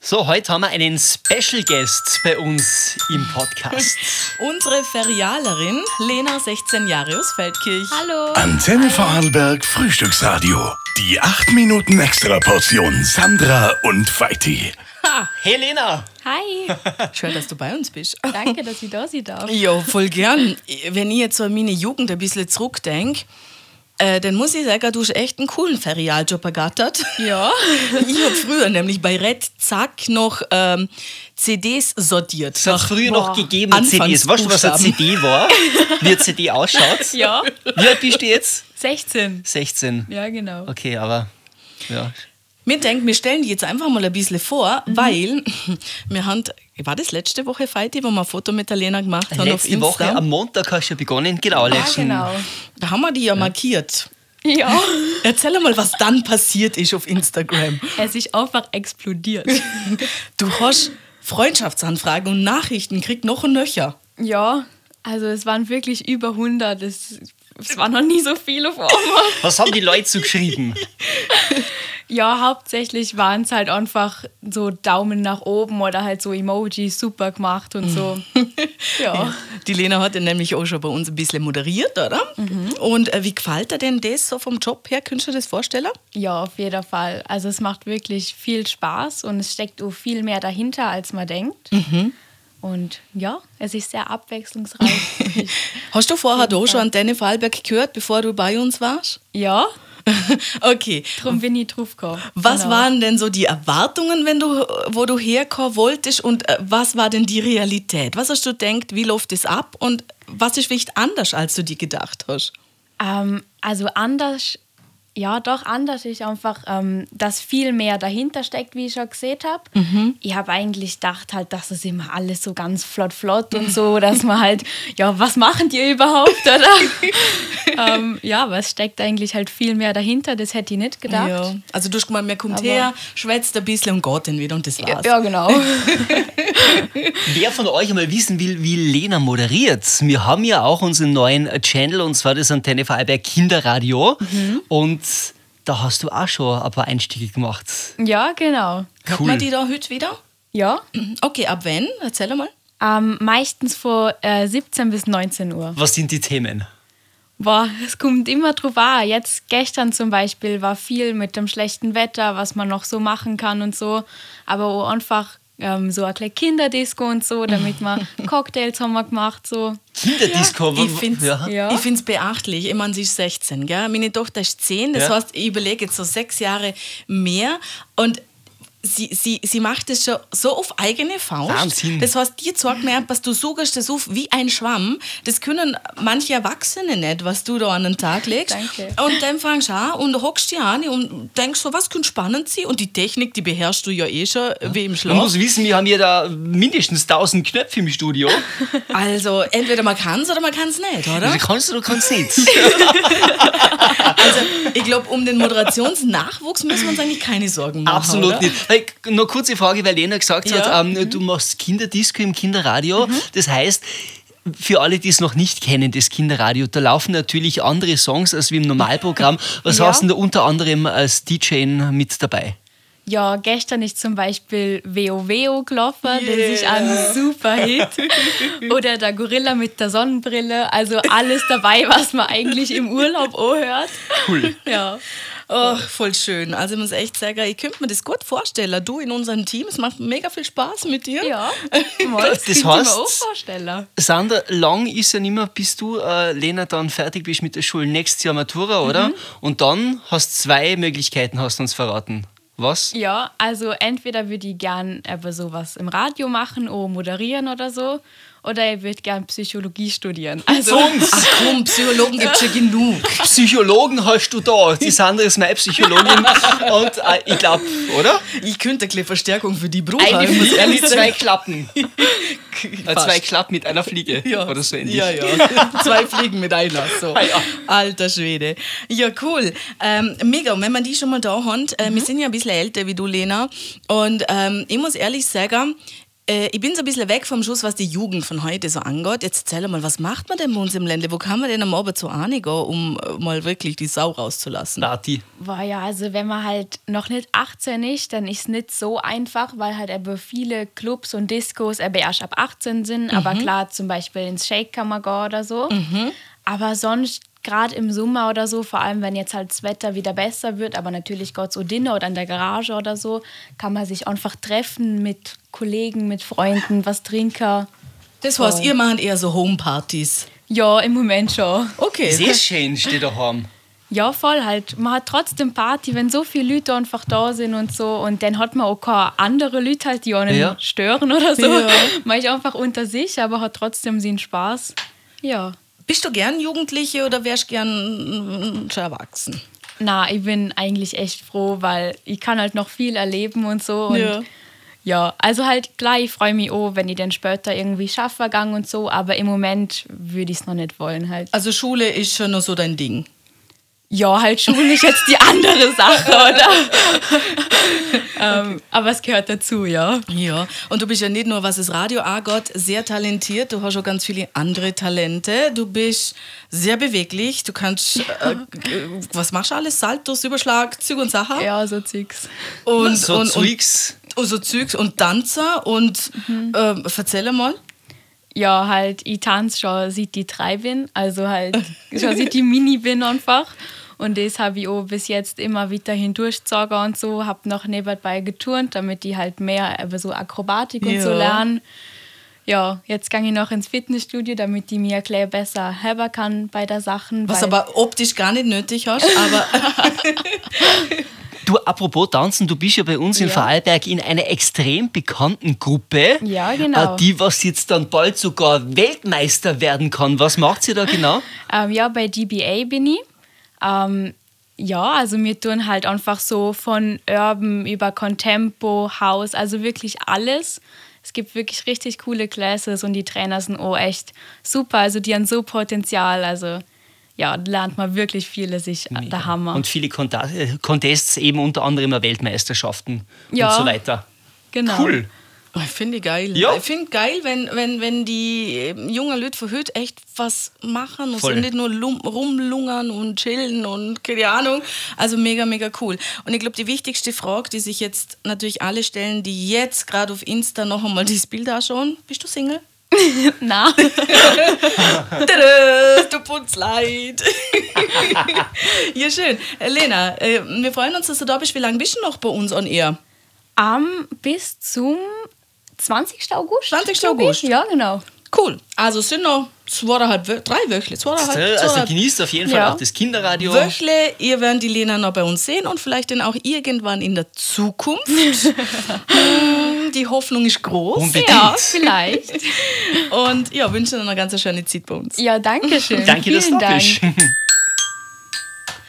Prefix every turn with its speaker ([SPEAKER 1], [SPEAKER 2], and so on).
[SPEAKER 1] So, heute haben wir einen Special Guest bei uns im Podcast.
[SPEAKER 2] Unsere Ferialerin Lena, 16 Jahre aus Feldkirch.
[SPEAKER 3] Hallo.
[SPEAKER 4] Antenne Vorarlberg Frühstücksradio. Die 8 Minuten extra Portion Sandra und Feiti.
[SPEAKER 1] Hey Lena!
[SPEAKER 3] Hi.
[SPEAKER 2] Schön, dass du bei uns bist.
[SPEAKER 3] Danke, dass ich da sein darf.
[SPEAKER 2] Ja, voll gern. Wenn ich jetzt so an meine Jugend ein bisschen zurückdenke, äh, dann muss ich sagen, du hast echt einen coolen Ferialjob ergattert.
[SPEAKER 3] Ja.
[SPEAKER 2] Ich habe früher nämlich bei Red Zack noch ähm, CDs sortiert.
[SPEAKER 1] Das hat früher noch
[SPEAKER 3] Boah.
[SPEAKER 1] gegeben CDs. Weißt du, was eine
[SPEAKER 2] Anfangsbuchstaben.
[SPEAKER 1] CD war? Wie eine CD ausschaut?
[SPEAKER 3] Ja.
[SPEAKER 1] Wie alt bist du jetzt?
[SPEAKER 3] 16.
[SPEAKER 1] 16.
[SPEAKER 3] Ja, genau.
[SPEAKER 1] Okay, aber ja.
[SPEAKER 2] Mir denkt, wir stellen die jetzt einfach mal ein bisschen vor,
[SPEAKER 1] Mhm.
[SPEAKER 2] weil wir haben, war das letzte Woche, Feiti, wo wir ein Foto mit der Lena gemacht haben auf
[SPEAKER 1] Letzte
[SPEAKER 2] Insta?
[SPEAKER 1] Woche am Montag hast du ja begonnen. Genau,
[SPEAKER 3] Ja,
[SPEAKER 1] letzten.
[SPEAKER 3] genau.
[SPEAKER 2] Da haben wir die ja markiert.
[SPEAKER 3] Ja.
[SPEAKER 2] Erzähl mal, was dann passiert ist auf Instagram.
[SPEAKER 3] Es ist einfach explodiert.
[SPEAKER 2] Du hast Freundschaftsanfragen und Nachrichten, kriegt noch ein Nöcher.
[SPEAKER 3] ja. Also es waren wirklich über 100. Es, es waren noch nie so viele vor mir.
[SPEAKER 1] Was haben die Leute so geschrieben?
[SPEAKER 3] Ja, hauptsächlich waren es halt einfach so Daumen nach oben oder halt so Emojis super gemacht und so. Ja.
[SPEAKER 2] Die Lena hat ja nämlich auch schon bei uns ein bisschen moderiert, oder? Und äh, wie gefällt dir denn das so vom Job her? Könntest du dir das vorstellen?
[SPEAKER 3] Ja, auf jeden Fall. Also es macht wirklich viel Spaß und es steckt auch viel mehr dahinter, als man denkt. Und ja, es ist sehr abwechslungsreich.
[SPEAKER 2] Hast du vorher da schon Antenne Vorarlberg gehört, bevor du bei uns warst?
[SPEAKER 3] ja,
[SPEAKER 2] okay.
[SPEAKER 3] darum bin ich drauf gekommen.
[SPEAKER 2] Was
[SPEAKER 3] Genau.
[SPEAKER 2] waren denn so die Erwartungen, wenn du, wo du herkommen wolltest und äh, was war denn die Realität? Was hast du gedacht, wie läuft es ab und was ist vielleicht anders, als du dir gedacht hast?
[SPEAKER 3] Ähm, also anders, ja doch, anders ist einfach, ähm, dass viel mehr dahinter steckt, wie ich schon gesehen habe. Ich habe eigentlich gedacht halt, dass es immer alles so ganz flott flott und so, dass man halt, ja, was machen die überhaupt, oder? ähm, ja, aber es steckt eigentlich halt viel mehr dahinter, das hätte ich nicht gedacht.
[SPEAKER 2] Ja. Also du hast gemeint, mir kommt
[SPEAKER 3] Aber-
[SPEAKER 2] her, schwätzt ein bisschen und geht dann wieder und das war's.
[SPEAKER 3] Ja, genau.
[SPEAKER 1] Wer von euch einmal wissen will, wie Lena moderiert, wir haben ja auch unseren neuen Channel und zwar das Antenne Vorarlberg Kinderradio.
[SPEAKER 3] Mhm.
[SPEAKER 1] Und da hast du auch schon ein paar Einstiege gemacht.
[SPEAKER 3] ja, genau.
[SPEAKER 2] Hat
[SPEAKER 1] Cool.
[SPEAKER 2] man die da heute wieder? Mhm.
[SPEAKER 3] Ja.
[SPEAKER 2] Okay, ab wann? Erzähl mal.
[SPEAKER 3] Ähm, meistens von äh, 17 bis 19 Uhr.
[SPEAKER 1] Was sind die Themen?
[SPEAKER 3] Boah, es kommt immer drauf an. Jetzt gestern zum Beispiel war viel mit dem schlechten Wetter, was man noch so machen kann und so. Aber auch einfach ähm, so eine kleine Kinderdisco und so, damit man Cocktails haben wir gemacht. So.
[SPEAKER 1] Kinderdisco.
[SPEAKER 2] Ich
[SPEAKER 1] wa-
[SPEAKER 2] finde
[SPEAKER 1] ja.
[SPEAKER 2] es
[SPEAKER 3] Ja.
[SPEAKER 2] beachtlich. Ich meine, sie ist 16, gell? Meine Tochter ist 10, das
[SPEAKER 1] Ja.
[SPEAKER 2] heißt, ich überlege jetzt so sechs Jahre mehr und sie, sie, sie macht das schon so auf eigene Faust.
[SPEAKER 1] Wahnsinn.
[SPEAKER 2] Das heißt, dir zeigt mir etwas, du suchst das auf wie ein Schwamm. Das können manche Erwachsene nicht, was du da an den Tag legst.
[SPEAKER 3] Danke.
[SPEAKER 2] Und dann fangst du an und hockst dich an und denkst so, was könnte spannend sein? Und die Technik, die beherrschst du ja eh schon wie im
[SPEAKER 1] Man
[SPEAKER 2] Schlaf.
[SPEAKER 1] muss wissen, wir haben hier da mindestens 1000 Knöpfe im Studio.
[SPEAKER 2] Also, entweder man kann es oder man kann es nicht, oder?
[SPEAKER 1] Du kannst oder kannst nicht.
[SPEAKER 2] Also, ich glaube, um den Moderationsnachwuchs müssen wir uns eigentlich keine Sorgen machen.
[SPEAKER 1] Absolut
[SPEAKER 2] oder?
[SPEAKER 1] nicht. Hey, noch kurze Frage, weil Lena gesagt
[SPEAKER 2] Ja. Mhm.
[SPEAKER 1] hat, ähm, du machst Kinderdisco im Kinderradio. Das heißt, für alle, die es noch nicht kennen, das Kinderradio, da laufen natürlich andere Songs als wie im Normalprogramm. Was
[SPEAKER 3] Ja.
[SPEAKER 1] hast du denn da unter anderem als DJ mit dabei?
[SPEAKER 3] Ja, gestern ist zum Beispiel Veo Veo gelaufen, das ist ein super Hit. Oder der Gorilla mit der Sonnenbrille. Also alles dabei, was man eigentlich im Urlaub auch hört.
[SPEAKER 1] Cool.
[SPEAKER 3] Ja.
[SPEAKER 2] Ach, voll schön. Also, ich muss echt sagen, ich könnte mir das gut vorstellen. Du in unserem Team, es macht mega viel Spaß mit dir.
[SPEAKER 3] Ja, Mal,
[SPEAKER 1] Das
[SPEAKER 3] das, das kann ich mir
[SPEAKER 1] heißt-
[SPEAKER 3] auch vorstellen.
[SPEAKER 1] Sandra, lang ist ja nicht mehr, bis du, äh, Lena, dann fertig bist mit der Schule. Nächstes Jahr Matura,
[SPEAKER 2] Mhm.
[SPEAKER 1] oder? Und dann hast zwei Möglichkeiten, hast du uns verraten. Was?
[SPEAKER 3] Ja, also entweder würde ich gern aber sowas im Radio machen oder moderieren oder so. Oder ich würde gern Psychologie studieren. Also,
[SPEAKER 2] Ach komm, Psychologen gibt es ja genug.
[SPEAKER 1] Psychologen hast du da. Die Sandra ist meine Psychologin. Und äh, ich glaube, oder?
[SPEAKER 2] Ich könnte eine kleine Verstärkung für die Brut
[SPEAKER 1] Eine
[SPEAKER 2] haben, muss
[SPEAKER 1] Fliege
[SPEAKER 2] ehrlich
[SPEAKER 1] mit zwei
[SPEAKER 2] sagen.
[SPEAKER 1] Klappen. Äh,
[SPEAKER 2] Fast.
[SPEAKER 1] zwei Klappen mit einer Fliege. Oder so ähnlich.
[SPEAKER 2] Ja, ja. Zwei Fliegen mit einer. So.
[SPEAKER 1] Ah, ja.
[SPEAKER 2] Alter Schwede. Ja, cool. Ähm, mega. Und wenn man die schon
[SPEAKER 1] Mhm.
[SPEAKER 2] mal da hat, äh, wir sind ja ein bisschen älter wie du, Lena. Und ähm, ich muss ehrlich sagen, Äh, ich bin so ein bisschen weg vom Schuss, was die Jugend von heute so angeht. Jetzt erzähl mal, was macht man denn bei uns im Ländle? Wo kann man denn am Abend zu Arne gehen, um äh, mal wirklich die Sau rauszulassen?
[SPEAKER 1] Nati.
[SPEAKER 3] Boah, ja, also wenn man halt noch nicht 18 ist, dann ist es nicht so einfach, weil halt eben viele Clubs und Discos eben erst ab 18 sind. Aber klar, zum Beispiel ins Shake kann man gehen oder so. Aber sonst, gerade im Sommer oder so, vor allem wenn jetzt halt das Wetter wieder besser wird, aber natürlich Gott so Dinner oder in der Garage oder so, kann man sich einfach treffen mit Kollegen, mit Freunden, was trinken.
[SPEAKER 2] Das
[SPEAKER 1] äh,
[SPEAKER 2] heißt, ihr macht eher so Homepartys.
[SPEAKER 3] Ja, im Moment schon.
[SPEAKER 2] Okay.
[SPEAKER 1] Sehr schön steht da haben.
[SPEAKER 3] Ja, voll halt. Man hat trotzdem Party, wenn so viele Leute einfach da sind und so. Und dann hat man auch keine andere Leute halt, die einen
[SPEAKER 1] Ja.
[SPEAKER 3] stören oder so.
[SPEAKER 2] Ja.
[SPEAKER 3] Man ist einfach unter sich, aber hat trotzdem seinen Spaß. Ja.
[SPEAKER 2] Bist du gern Jugendliche oder wärst gern mm, schon erwachsen?
[SPEAKER 3] Na, ich bin eigentlich echt froh, weil ich kann halt noch viel erleben und so. Und
[SPEAKER 2] Ja.
[SPEAKER 3] ja. also halt klar, ich freue mich auch, wenn ich dann später irgendwie schaffe gang und so, aber im Moment würde ich es noch nicht wollen halt.
[SPEAKER 2] Also Schule ist schon nur so dein Ding.
[SPEAKER 3] Ja, halt Schule ist jetzt die andere Sache, oder? ähm, aber es gehört dazu, ja.
[SPEAKER 2] Ja, und du bist ja nicht nur, was das Radio angeht, sehr talentiert. Du hast auch ganz viele andere Talente. Du bist sehr beweglich. Du kannst, äh, äh, was machst du alles? Saltos, Überschlag, Züge und Sachen.
[SPEAKER 3] Ja, so Zeugs.
[SPEAKER 2] Und,
[SPEAKER 1] So
[SPEAKER 2] und, und,
[SPEAKER 1] Zeugs.
[SPEAKER 2] und so Zeugs und Tanzer. Und
[SPEAKER 3] Mhm.
[SPEAKER 2] ähm, erzähl mal.
[SPEAKER 3] Ja, halt, ich tanze schon seit ich drei bin. Also halt, schon seit ich mini bin einfach. Und das habe ich auch bis jetzt immer wieder hindurchgezogen und so. Habe noch nebenbei geturnt, damit ich halt mehr über so Akrobatik und so
[SPEAKER 2] Ja.
[SPEAKER 3] lernen. Ja, jetzt gehe ich noch ins Fitnessstudio, damit ich mir gleich besser helfen kann bei der Sachen.
[SPEAKER 2] Was
[SPEAKER 3] weil-
[SPEAKER 2] aber optisch gar nicht nötig hast, aber
[SPEAKER 1] Du, apropos Tanzen, du bist ja bei uns in
[SPEAKER 3] Ja.
[SPEAKER 1] Vorarlberg in einer extrem bekannten Gruppe.
[SPEAKER 3] Ja, genau.
[SPEAKER 1] äh, Die, was jetzt dann bald sogar Weltmeister werden kann. Was macht sie da genau?
[SPEAKER 3] Ähm, ja, bei DBA bin ich. Ähm, ja, also wir tun halt einfach so von Urban über Contempo, House, also wirklich alles. Es gibt wirklich richtig coole Classes und die Trainer sind oh echt super. Also die haben so Potenzial. Also ja, lernt man wirklich viel, das ist der Hammer.
[SPEAKER 1] Und viele Conta- äh, Contests, eben unter anderem auch Weltmeisterschaften
[SPEAKER 3] Ja.
[SPEAKER 1] und so weiter.
[SPEAKER 3] genau.
[SPEAKER 1] Cool.
[SPEAKER 2] Oh, Ich finde geil.
[SPEAKER 1] Ja.
[SPEAKER 2] Ich finde geil, wenn, wenn, wenn die ähm, jungen Leute verhüt echt was machen und
[SPEAKER 1] Voll.
[SPEAKER 2] sind nicht nur lum, rumlungern und chillen und keine Ahnung. Also mega, mega cool. Und ich glaube, die wichtigste Frage, die sich jetzt natürlich alle stellen, die jetzt gerade auf Insta noch einmal dieses Bild anschauen. Bist du Single?
[SPEAKER 3] Na,
[SPEAKER 1] Äh.
[SPEAKER 2] Tada, du Putzleid. ja, schön. Äh, Lena, äh, wir freuen uns, dass du da bist. Wie lange bist du noch bei uns on air?
[SPEAKER 3] am bis zum 20. August.
[SPEAKER 2] 20.
[SPEAKER 3] glaub ich.
[SPEAKER 2] August.
[SPEAKER 3] Ja, genau.
[SPEAKER 2] Cool. Also es sind noch zweieinhalb, Wö- drei Wöchle. Zweieinhalb,
[SPEAKER 1] Also
[SPEAKER 2] zweieinhalb
[SPEAKER 1] genießt auf jeden Fall
[SPEAKER 3] Ja.
[SPEAKER 1] auch das Kinderradio.
[SPEAKER 2] Wöchle, ihr werdet die Lena noch bei uns sehen und vielleicht dann auch irgendwann in der Zukunft. Mm, die Hoffnung ist groß.
[SPEAKER 1] Unbedingt.
[SPEAKER 3] Ja, vielleicht.
[SPEAKER 2] Und ja, wünschen euch noch eine ganz schöne Zeit bei uns.
[SPEAKER 3] Ja, danke schön.
[SPEAKER 1] Danke, dass
[SPEAKER 3] Vielen
[SPEAKER 1] du da
[SPEAKER 3] Dank.
[SPEAKER 1] bist.